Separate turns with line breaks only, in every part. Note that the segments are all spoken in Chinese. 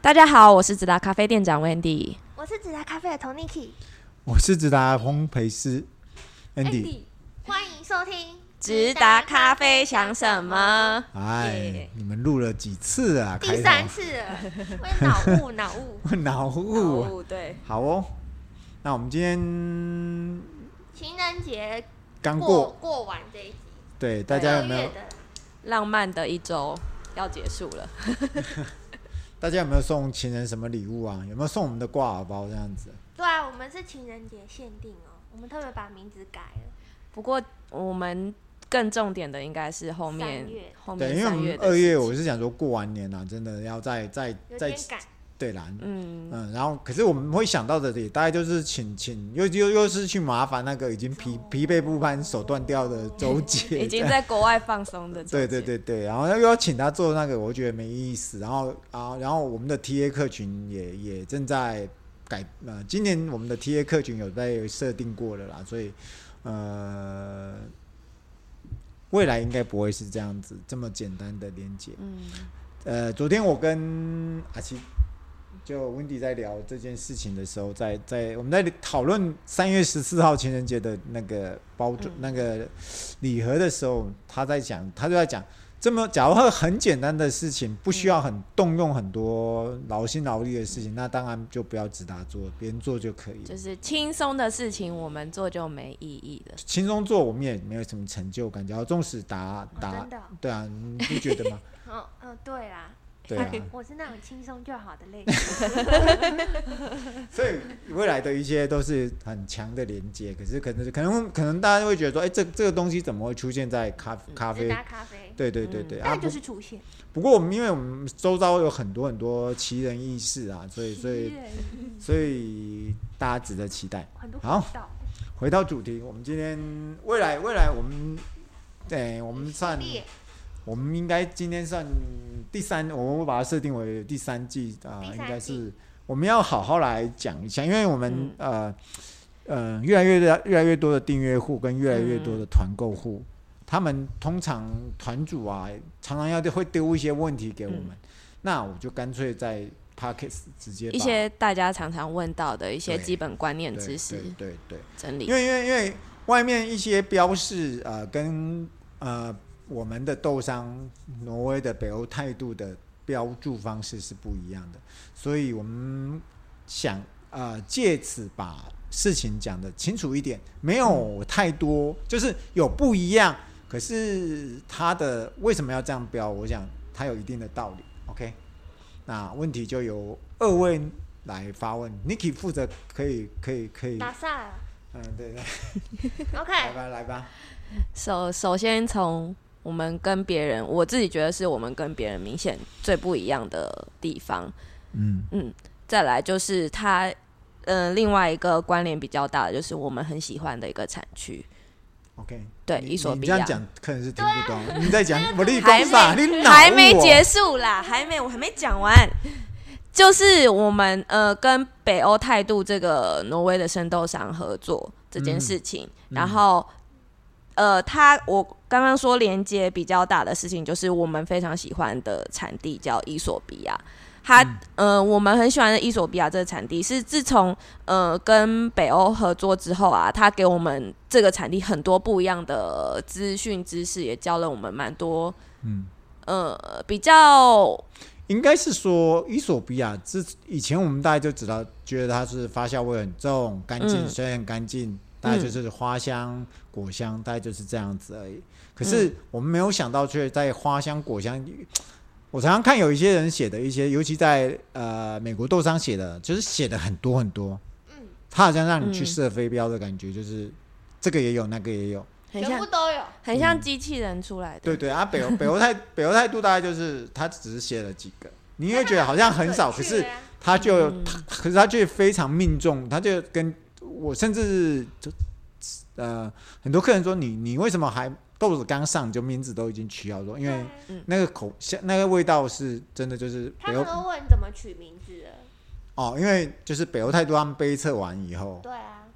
大家好，我是直达咖啡店长 Wendy。
我是紫达咖啡的 Toniki
我是直达烘焙师 Andy，
欢迎收听
直达咖啡想什？么？
哎，你们录了几次啊？
第
开
三
头，
次了，我也脑雾脑雾，
脑雾啊。
哦，对，
好哦，那我们今天
情人节
刚
过
过，
过完这一集，
对大家有没
六
有
月？的
浪漫的一周要结束了。
大家有没有送情人什么礼物啊？有没有送我们的挂耳包这样子？
对啊，我们是情人节限定哦，我们特别把名字改了。
不过我们更重点的应该是后面
三月
后
对，
面
因为我
三月
们
的
二月，
事情
我是想说过完年啊，真的要再再
有
再
点赶，
对啦，
嗯，
嗯，然后可是我们会想到的也大概就是请请又又又是去麻烦那个已经疲疲惫不堪、手断掉的周姐，
嗯 已经在国外放松的，
对对，对对，然后又要请他做那个，我觉得没意思。然后啊，然后我们的 TA 客群也也正在改，呃，今年我们的 TA 客群有在设定过了啦，所以呃，未来应该不会是这样子这么简单的连接。
嗯，
呃，昨天我跟阿奇就 Wendy 在聊这件事情的时候，在在我们在讨论三月十四号情人节的那个包装、
嗯
那个礼盒的时候，他在讲，他就在讲，这么假如说很简单的事情，不需要很动用很多劳心劳力的事
嗯
情，那当然就不要只他做，别人做就可以了。
就是轻松的事情，我们做就没意义了。
轻松做，我们也没有什么成就感，只要纵使打打
真的哦，
对啊，你不觉得吗？
嗯嗯，对啦，
对啊，
我是那种轻松就好的类型。
所以未来的一些都是很强的连接，可是可能可能可能大家会觉得说，哎、这这个东西怎么会出现在咖 咖
直
啡？
达咖啡，
对对对对、啊！
嗯但
不
就是出现。
不过我们因为我们周遭有很多很多奇人异事啊，所以所以所以大家值得期待。
很多
好
渠道
回到主题，我们今天未来未来我们，对、我们算
列
我们应该今天算第三，我们会把它设定为第三季啊、
第三季
应该是我们要好好来讲一下，因为我们、
嗯
呃呃越来越越来越多的订阅户跟越来越多的团购户，他们通常团主啊常常要会丢一些问题给我们，那我就干脆在 p o c k e t 直接把
一些大家常常问到的一些
对
基本观
对
念知
对
识
对对
整理
因，为因为因为外面一些标示啊、呃跟呃我们的豆商挪威的北欧态度的标注方式是不一样的，所以我们想呃借此把事情讲得清楚一点，没有太多，就是有不一样，可是它的为什么要这样标？我想它有一定的道理。OK，那问题就由二位来发问，Niki 负责可以可以可以，
拉萨尔
嗯对对。来
，OK，
吧，来吧。
首首先从我们跟别人，我自己觉得是我们跟别人明显最不一样的地方。
嗯，
再来就是它，嗯、另外一个关联比较大的就是我们很喜欢的一个产区。
OK。
对
你
伊索
你
比
这样
亚
讲客人是听不懂，你在讲我立功
还
法，啊你
没
脑
还没
雾哦
结嗯束啦，还没我还没讲完，就是我们呃跟北欧态度这个挪威的生豆商合作这件事情，
嗯
然后呃他我刚刚说连接比较大的事情，就是我们非常喜欢的产地叫伊索比亚。它
嗯
呃，我们很喜欢的伊索比亚这个产地是自从呃跟北欧合作之后啊，它给我们这个产地很多不一样的资讯知识，也教了我们蛮多
嗯，
呃比较
应该是说伊索比亚之以前我们大家就知道，觉得它是发酵味很重，干净，
嗯
虽然干净，大概就是花香、果香，大概就是这样子而已。可是我们没有想到，却在花香、果香。我常常看有一些人写的一些，尤其在呃美国豆商写的，就是写的很多很多，
嗯，
他好像让你去
嗯
射飞镖的感觉，就是这个也有，那个也有。
很
全部
像
都有。
很像机器人出来的，
嗯对对啊，北欧 北欧态北欧态度大概就是他只是写了几个，你会觉得好像很少，可
准确
是
啊
他就、
嗯
他可是他却非常命中，他就跟我甚至就呃很多客人说你你为什么还豆子刚上你就名字都已经取好说，因为
对啊
那个口香那个味道是真的就是
他
北
们
欧
都问怎么取名字了。
哦，因为就是北欧态度他们杯测完以后
对啊，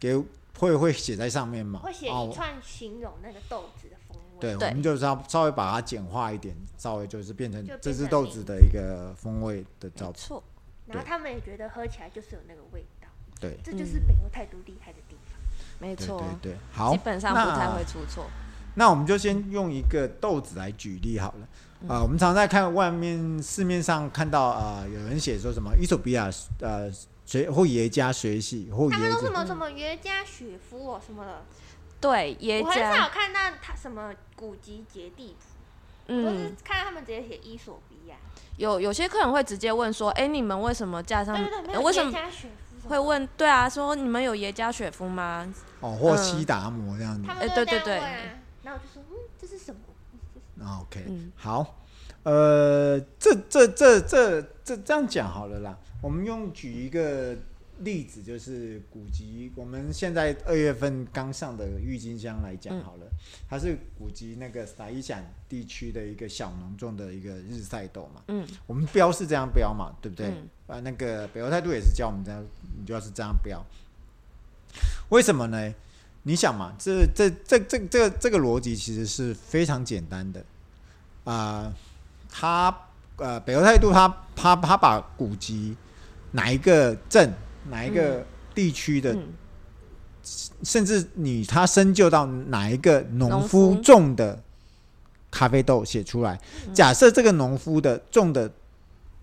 给会会写在上面嘛，
会写
哦
一串形容那个豆子的风味。
对，我
对
们就稍稍微把它简化一点，稍微就是变成
就变
这只
成
豆
零
子的一个风味
没
的照片。
错，
然后
对
他们也觉得喝起来就是有那个味道，
对，
这就是
嗯
北欧态度厉害的地方。
没
对
错，
对
哦
对，好，
基本上不太会出错。
那我们就先用一个豆子来举例好了。
嗯
啊、我们常在看外面市面上看到啊、呃有人写说什么伊索比亚呃水或耶加水洗或
他们
耶
都什
嗯
加，
么什么耶加雪夫哦什么的，
对，耶
我很
加，
少看到他什么古籍杰地谱，我都是
嗯，
看到他们直接写伊索比亚。
有有些客人会直接问说，哎，你们为什么架上
对对对，没，
呃
有
为什
耶
么
加雪夫什么
会问？对啊，说你们有耶加雪夫吗？
哦或
嗯
西达摩这样子
他。
哎
们都
对
这
对
样问啊。然后我就说，嗯，这是什么？
啊 OK，、
嗯
好，呃，这这这这这这样讲好了啦。我们用举一个例子，就是古籍，我们现在二月份刚上的郁金香来讲好了，它是古籍那个撒伊闪地区的一个小农种的一个日晒豆嘛。
嗯，
我们标是这样标嘛，对不对？
嗯
啊，那个北欧态度也是教我们这样，你就要是这样标。为什么呢？你想嘛，这这这这这个这个逻辑其实是非常简单的啊、他呃北欧态度他他他把古籍哪一个镇哪一个地区的，
嗯，
甚至你他深究到哪一个农
农
夫
夫嗯
种的咖啡豆写出来。假设这个农夫的种的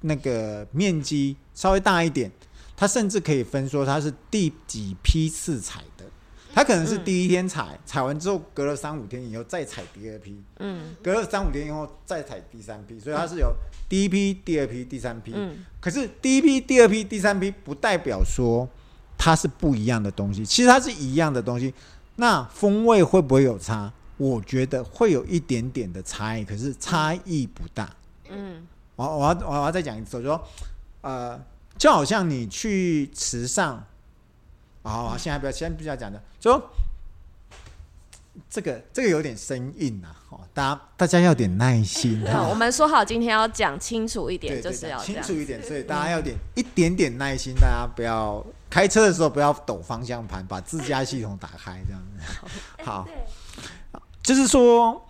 那个面积稍微大一点，他甚至可以分说他是第几批次采的。他可能是
嗯
第一天采，采完之后隔了三五天以后再采第二批，
嗯
隔了三五天以后再采第三批，所以它是有第一批、第二批、第三批。
嗯
可是第一批、第二批、第三批不代表说它是不一样的东西，其实它是一样的东西。那风味会不会有差？我觉得会有一点点的差异，可是差异不大。
嗯
我我要我要再讲一次，我说，呃，就好像你去池上，啊、现在不要，现在不要讲的，就说这个这个有点生硬啊，哦，大家大家要点耐心
嗯，我
哈，
们说好今天要讲清楚一
啊对
点，就
对
是
对，
要这
清
样
楚。一点，所以大家要点一点点耐心，大家不要开车的时候不要抖方向盘，把自家系统打开这样子， 好。
对，
就是说，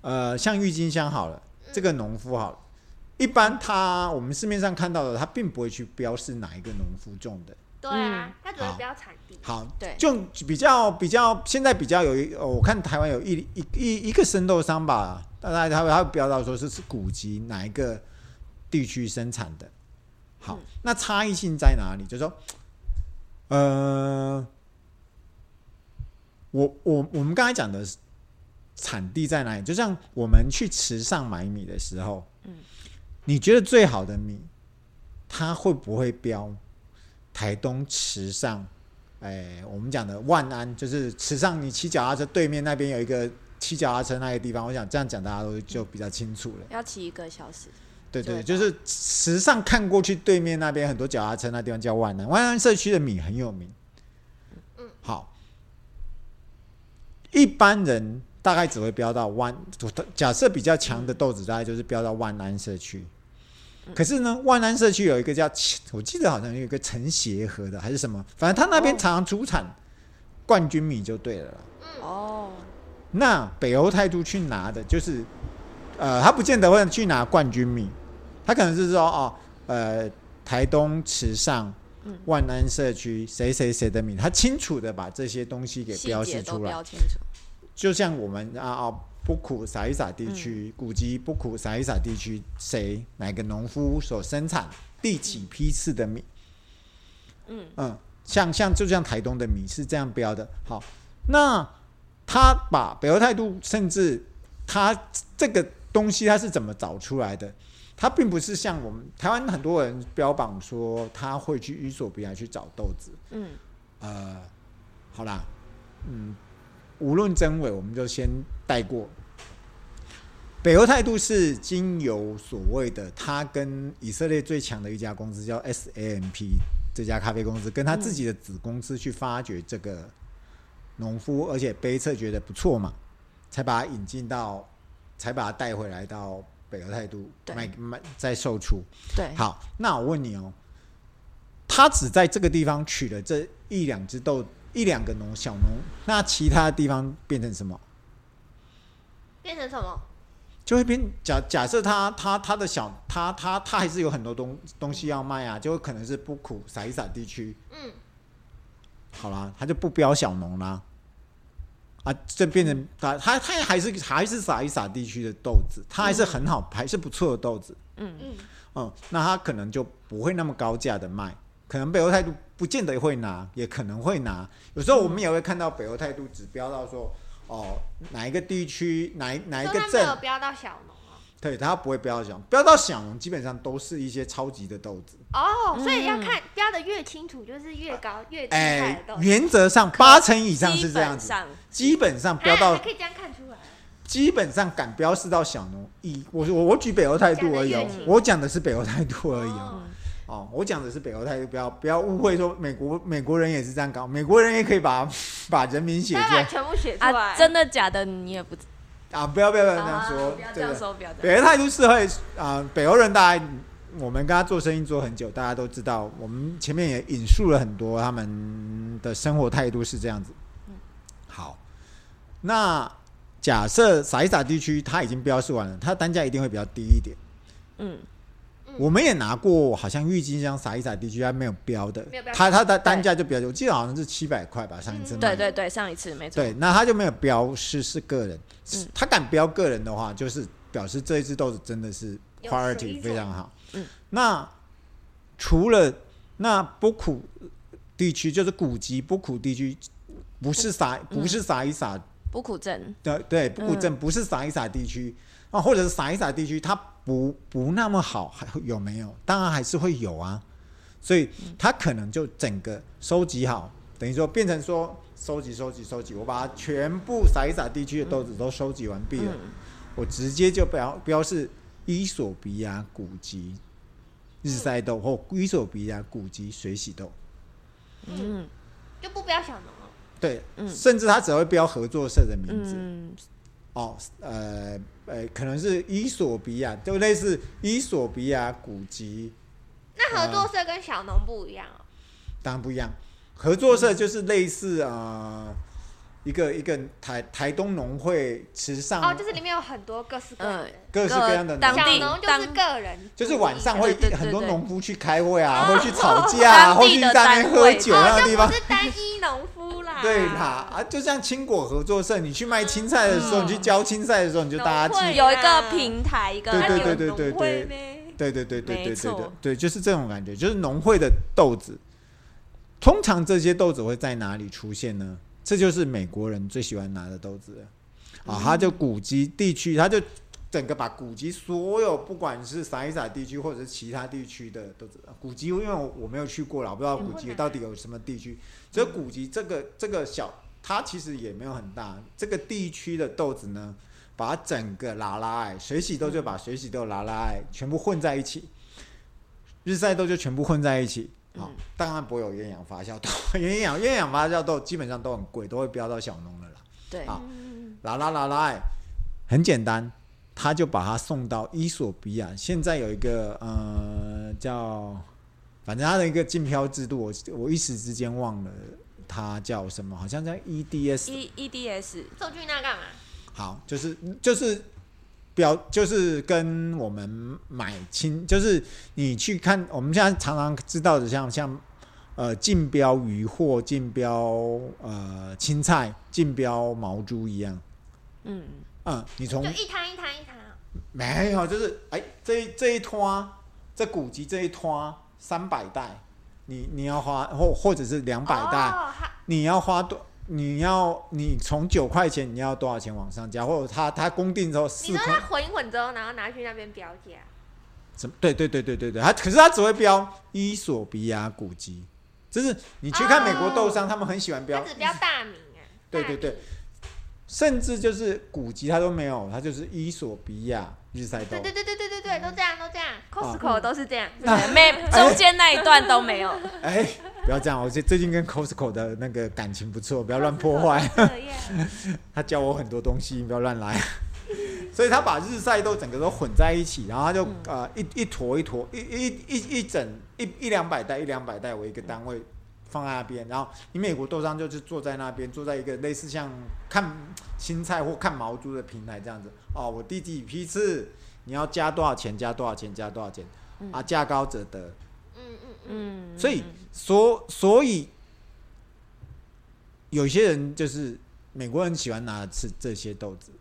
呃，像郁金香好了，这个农夫好了，一般他我们市面上看到的，他并不会去标示哪一个农夫种的。
对
嗯
啊，他主要不要产地。
好，
对
就比较比较，现在比较有一，哦我看台湾有一一一一个生豆商吧，大概他会他会标到说是是古籍哪一个地区生产的。好，那差异性在哪里？就是说，呃，我我我们刚才讲的是产地在哪里？就像我们去池上买米的时候，嗯，你觉得最好的米，它会不会标台东池上？哎，我们讲的万安就是池上，你骑脚踏车对面那边有一个骑脚踏车那个地方，我想这样讲大家都就比较清楚了。
要骑一个小时，
对对，
就
就
会
是时尚看过去对面那边很多脚踏车那地方叫万安，万安社区的米很有名。
嗯，
好，一般人大概只会标到万，假设比较强的豆子大概就是标到万安社区。
嗯
可是呢，万安社区有一个叫，我记得好像有一个陈协和的还是什么，反正他那边常常出产冠军米就对了啦。
嗯
哦，
那北欧态度去拿的，就是呃，他不见得会去拿冠军米，他可能是说哦，呃，台东池上
嗯。
万安社区谁谁谁的米，他清楚的把这些东西给
细
标
节
示
都
出来。
标清楚。
就像我们啊啊，不苦撒一撒地区，古籍不苦撒一撒地区，谁哪个农夫所生产第几批次的米？
嗯
嗯，像像就像台东的米是这样标的。好，那他把北欧态度，甚至他这个东西他是怎么找出来的？他并不是像我们台湾很多人标榜说他会去伊索比亚去找豆子，
嗯，
呃，好啦，嗯，无论真伪，我们就先带过。北欧态度是经由所谓的他跟以色列最强的一家公司叫 S A M P 这家咖啡公司，跟他自己的子公司去发掘这个农夫，而且杯测觉得不错嘛，才把它引进到，才把它带回来到北欧态度
对
卖卖再售出。
对，
好，那我问你哦，他只在这个地方取了这一两只豆，一两个农小农，那其他地方变成什么？
变成什么？
就会变假假设他他他的小他他他还是有很多东东西要卖啊，就可能是不苦撒一撒地区，
嗯，
好啦，他就不标小农啦，啊，这变成他他他还是还是撒一撒地区的豆子，他还是很好，还是不错的豆子，
嗯，
嗯，那他可能就不会那么高价的卖，可能北欧态度不见得会拿，也可能会拿。有时候我们也会看到北欧态度指标到说，哦，哪一个地区哪一哪一
所
个
以他没
镇
有，标到小农哦。
对，他不会标到小，标到小农基本上都是一些超级的豆子。
哦，所以要
嗯
看标的越清楚，就是越高越精彩
哎
的，豆。
原则上八成以上是这样
基本
子，
上
基本上标
啊
哎到
还可以这样看出来。
基本上敢标示到小农，以我我我举北欧态度而已、
讲
哦
得越，清
我讲的是北欧态度而已哦。
哦
哦，我讲的是北欧态度，不要不要误会说美国美国人也是这样搞，美国人也可以把 把人民写
他把
出
全部写出来。
啊，真的假的你也不知
来啊！不要不要不要
道，
这样说，
不要这
对
样
的。
说，不要这样。
北欧态度是会啊、北欧人大概我们跟他做生意做很久，大家都知道，我们前面也引述了很多他们的生活态度是这样子。
嗯
好，那假设撒一撒地区它已经标示完了，它单价一定会比较低一点。
嗯，
嗯
我们也拿过，好像郁金香撒一撒地区它没有标的
没有标，
它它的单价就比较，我记得好像是七百块吧，上一次
嗯
卖
对
的。
对对，上一次没错。
对，那它就没有标示是个人
嗯，
它敢标个人的话，就是表示这一只豆子真的是
有水
quality
准
非常好。
嗯，
那除了那波苦地区，就是古籍波苦地区，不是撒
嗯
不是撒一撒
不苦症，
对对，
嗯
不古镇不是撒一撒地区啊，或者是撒一撒地区，它不不那么好，还会有没有？当然还是会有啊，所以
嗯
它可能就整个收集好，等于说变成说收集收集收集，我把它全部撒一撒地区的豆子都收集完毕了，
嗯
我直接就标标示伊索比亚古籍日晒豆或伊索比亚古籍水洗豆。
嗯
就不标小农了。
对，
嗯
甚至它只会标合作社的名字，
嗯，
哦，呃呃，可能是伊索比亚，就类似伊索比亚古籍，
那合作社跟小农不一样哦。
当然不一样。合作社就是类似啊、呃一个一个台台东农会池上，
哦，就是里面有很多各式各样的人。
各式各样的
当
农
小
地
农就
当
是个人，
嗯就是晚上会
对对对
很多
对
农夫去开会啊，会去吵架啊，
当
会
地
去
的
在那边喝酒
哦，
那个
就
地方
不。是单一农夫啦。
对啦，啊，就像青果合作社，你去卖青菜的时
嗯
候，你去教青菜的时候，你就大家
农会
去，
有一个平台，一个
对
啊，
对
你
对
有
对对
农会
对
咩
对对对对对
没
对对
错，
对，就是这种感觉，就是农会的豆子。通常这些豆子会在哪里出现呢？这就是美国人最喜欢拿的豆子了啊，他就
嗯
古籍地区，他就整个把古籍所有不管是撒一撒地区或者是其他地区的豆子，古籍因为我我没有去过了，我不知道
嗯
古
不
籍
难
到底有什么地区，所以
嗯
古籍这个这个小，它其实也没有很大，这个地区的豆子呢，把它整个拉拉哎，水洗
嗯
豆就把水洗豆拉拉哎全部混在一起，日晒豆就全部混在一起。好，当然不会有鸳鸯发酵豆， 鸳鸯鸳鸯发酵豆基本上都很贵，都会标到小农了啦。
对
啊
嗯
啦啦啦啦、欸，很简单，他就把它送到伊索比亚。现在有一个呃叫，反正他的一个竞标制度，我我一时之间忘了它叫什么，好像叫 EDS。
E E D S，
送去那干嘛？
好，就是就是标，就是跟我们买青，就是你去看我们现在常常知道的像，像呃竞标鱼或竞标呃青菜、竞标毛猪一样。
嗯，
嗯，你从
就一摊一摊一摊啊。
没有，就是哎，这一这一拖，这古籍这一拖三百袋，你你要花或或者是两百袋，
哦，好
你要花多，你要你从九块钱你要多少钱往上加，或者他他公定之后四
你说
块
他，混一混之后，然后拿去那边标价。
怎么对对对对对对，他可是他只会标伊索比亚古籍，就是你去
哦
看美国豆商，他们很喜欢标
他，只标大名啊。
对对对
大名，
甚至就是古籍他都没有，他就是伊索比亚日晒豆
对。对对对对对对，都这样都这样，Costco 都是这样。
那
对 没中间那一段都没有，
哎，不要这样，我最最近跟 Costco 的那个感情不错，不要乱破坏。
Costco 都这样
他教我很多东西，不要乱来。 所以他把日晒豆整个都混在一起，然后他就、呃一一坨一坨一一一一整一一两百袋一两百袋为一个单位放在那边，然后你美国豆商就是坐在那边，坐在一个类似像看青菜或看毛猪的平台这样子。哦，我第几批次，你要加多少钱？加多少钱？加多少钱？
嗯
啊，价高者得。
嗯嗯嗯，
嗯，
所以，所所以，有些人就是美国人喜欢拿的是这些豆子，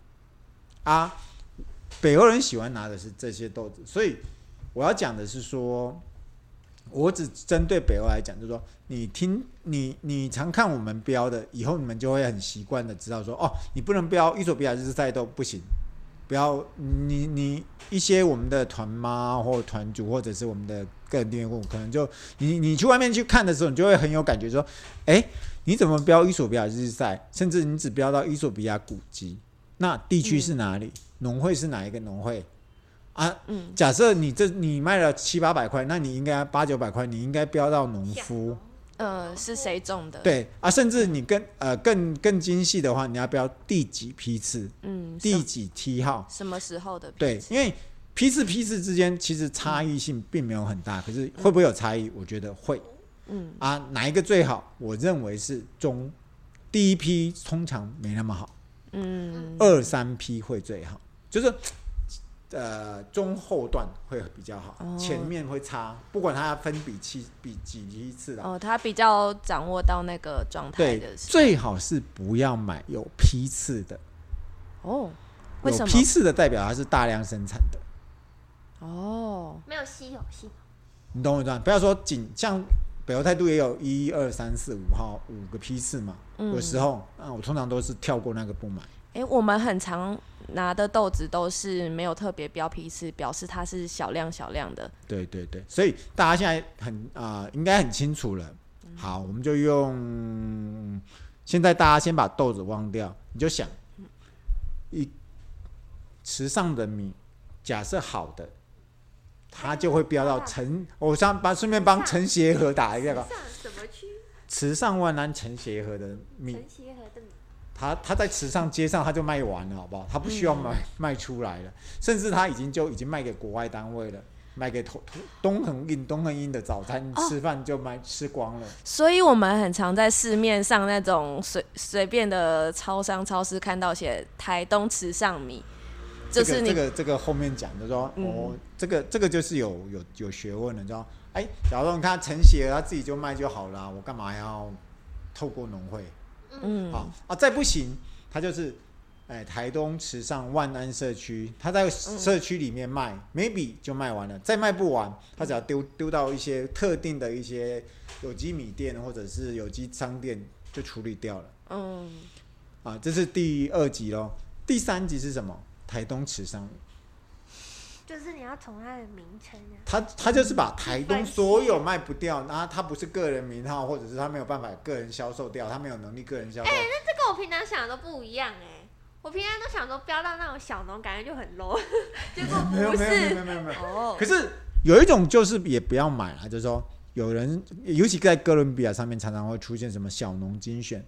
啊，北欧人喜欢拿的是这些豆子。所以我要讲的是说，我只针对北欧来讲，就是说，你听你你常看我们标的，以后你们就会很习惯的知道说，哦，你不能标伊索比亚日晒豆不行。不要你你一些我们的团妈或团主或者是我们的个人订阅户，可能就你你去外面去看的时候，你就会很有感觉说，哎，你怎么标伊索比亚日晒，甚至你只标到伊索比亚古籍，那地区是哪里？农会是哪一个农会？啊，
嗯
假设你这你卖了七八百块，那你应该八九百块，你应该标到农
想
夫。
哦
呃，是谁种的？，
对啊，甚至你更呃更更精细的话，你要标第几批次、
嗯，
第
什
几梯号，
什么时候的？
对，，因为批次批次之间其实差异性并没有很大，可是会不会有差异？我觉得会
嗯
啊。哪一个最好？我认为是中第一批通常没那么好，
嗯，
二三批会最好，就是呃中后段会比较好，
哦
前面会差，不管它分比期比几批次啦。
哦，他比较掌握到那个状态
对
的，是
最好是不要买有批次的，
哦，为
有
什么？
批次的代表它是大量生产的。
哦，
没有稀有性，
你懂我意思吧？不要说仅像北欧态度也有一二三四五号五个批次嘛，
嗯
有时候啊，我通常都是跳过那个不买。
哎、我们很常拿的豆子都是没有特别标批次，表示它是小量小量的。
对对对，所以大家现在很啊、应该很清楚了。好，我们就用现在大家先把豆子忘掉，你就想一池上的米，假设好的。它就会飙到陈，我上帮顺便帮陈协和打一
时
个吧。
尚什么区？
池上万安陈协和的米，
陈协和的米，
他他在池上街上他就卖完了，好不好？他不需要
嗯
卖、卖出来了，甚至他已经就已经卖给国外单位了，卖给东东恒印东恒印的早餐
哦
吃饭就卖、吃光了。
所以我们很常在市面上那种随随便的超商、超市看到写台东池上米，
这
是
个
你、
这个这个后面讲的说，
嗯
哦，这个这个就是有有有学问的，你知道？哎，假如你看陈协他自己就卖就好了啊，我干嘛要透过农会？
嗯
好啊，再不行，他就是哎，台东池上万安社区，他在
嗯
社区里面卖、m a y b e 就卖完了，再卖不完，他只要丢丢到一些特定的一些有机米店或者是有机商店就处理掉了
嗯
啊。这是第二集喽，第三集是什么？台东池上，
就是你要从它的名称啊，
他他就是把台东所有卖不掉，
嗯
然后他不是个人名号，或者是他没有办法个人销售掉，他没有能力个人销售，
这跟我平常想的都不一样哎、我平常都想说飙到那种小农，感觉就很 low，结果
没有
不
没有没有没
是，
有没有没有。
哦
可是有一种就是也不要买了，就是说有人，尤其在哥伦比亚上面常常会出现什么小农精选，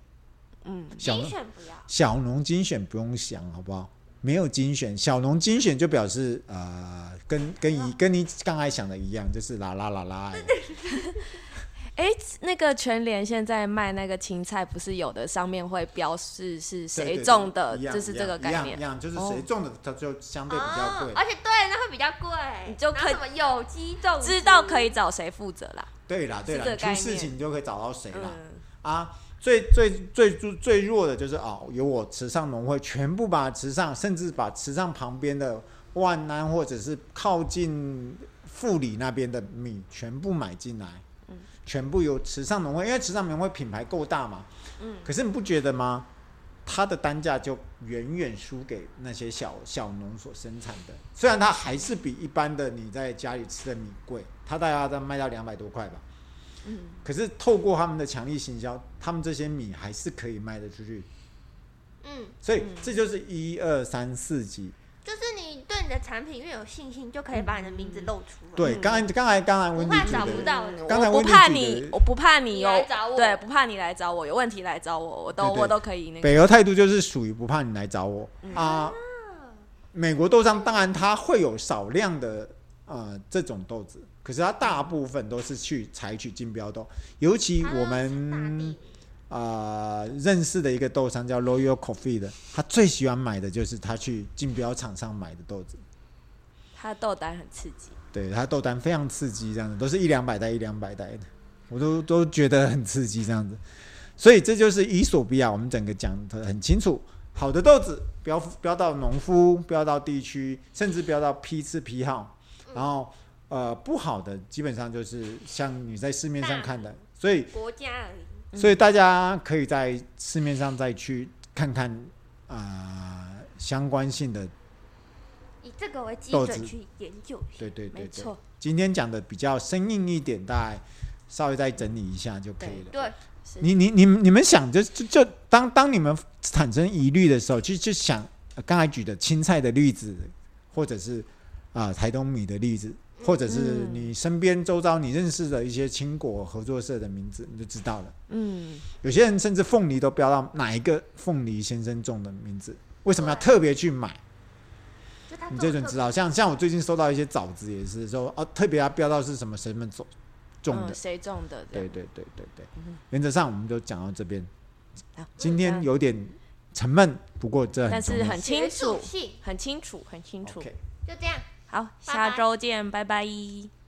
嗯
小
精
农
选不要，
小农精选不用想，好不好？没有精选，小农精选就表示呃，跟
嗯
跟一跟你刚才想的一样，就是啦啦啦啦、哎
哎、那个全联现在卖那个青菜，不是有的上面会标示是
对
谁
对
种的，
一样
就是这个
一
概
样一
念。
样，就是
哦啊
谁种的它就相对比较
哦
贵。
而且对，那会比较贵，
你就
然后
可以
什么有机种植，
知道可以找谁负责啦。
对啦对
是
啦，
这个
你
概
出
念
事情你就可以找到谁啦。
嗯，
啊，最最最最最弱的就是哦，由我池上农会全部把池上，甚至把池上旁边的万安或者是靠近富里那边的米全部买进来，
嗯
全部由池上农会，因为池上农会品牌够大嘛，
嗯，
可是你不觉得吗？它的单价就远远输给那些小小农所生产的，虽然它还是比一般的你在家里吃的米贵，它大概在卖到两百多块吧。可是透过他们的强力行销，他们这些米还是可以卖得出去，
嗯，
所以这就是一二三四级。
就是你对你的产品越有信心，就可以把你的名字露出来。
对，刚才刚才刚才
不
温
怕
迪
找
举
不
的，
到的，啊
刚才
我
温
不
迪
怕
举
你
的，
我不怕你
你
有
来找我
对，不怕你来找我，有问题来找我，我都
对对
我都可以那个。
北欧态度就是属于不怕
嗯
你来找我啊。美国豆商当然它会有少量的呃这种豆子，可是它大部分都是去采取竞标豆，尤其我们啊、呃认识的一个豆商叫 Royal Coffee 的，他最喜欢买的就是他去竞标场上买的豆子，
它豆单很刺激，
对他豆单非常刺激，这样子都是一两百袋一两百袋的，我都都觉得很刺激这样子，所以这就是伊索比亚，我们整个讲的很清楚，好的豆子标标到农夫，标到地区，甚至标到批次批号，然后呃不好的基本上就是像你在市面上看的，所以
国家而已。
所以大家可以在市面上再去看看啊、相关性的，
以这个为基
豆子
准去研究一下。
对对对
没
对。
错，
今天讲的比较生硬一点，大概稍微再整理一下就可以了。
对，
是
你你你们你们想就就就当当你们产生疑虑的时候，就就想呃刚才举的青菜的例子，或者是啊、台东米的例子，或者是
嗯
你身边周遭你认识的一些青果合作社的名字，你就知道了。
嗯，
有些人甚至凤梨都标到哪一个凤梨先生种的名字，为什么要特别去买？
就他
你这种知道，像像我最近收到一些枣子也是说哦，特别要标到是什么什么种种的
嗯，谁种的？这
对
样，
对对对对
嗯，
原则上我们就讲到这边。
好
今天有点沉闷，不过这很
但
重
是
要
很清
学术
楚，
性
很清楚，很清楚
OK。
就这样。
好，
拜
下
拜
周见，拜拜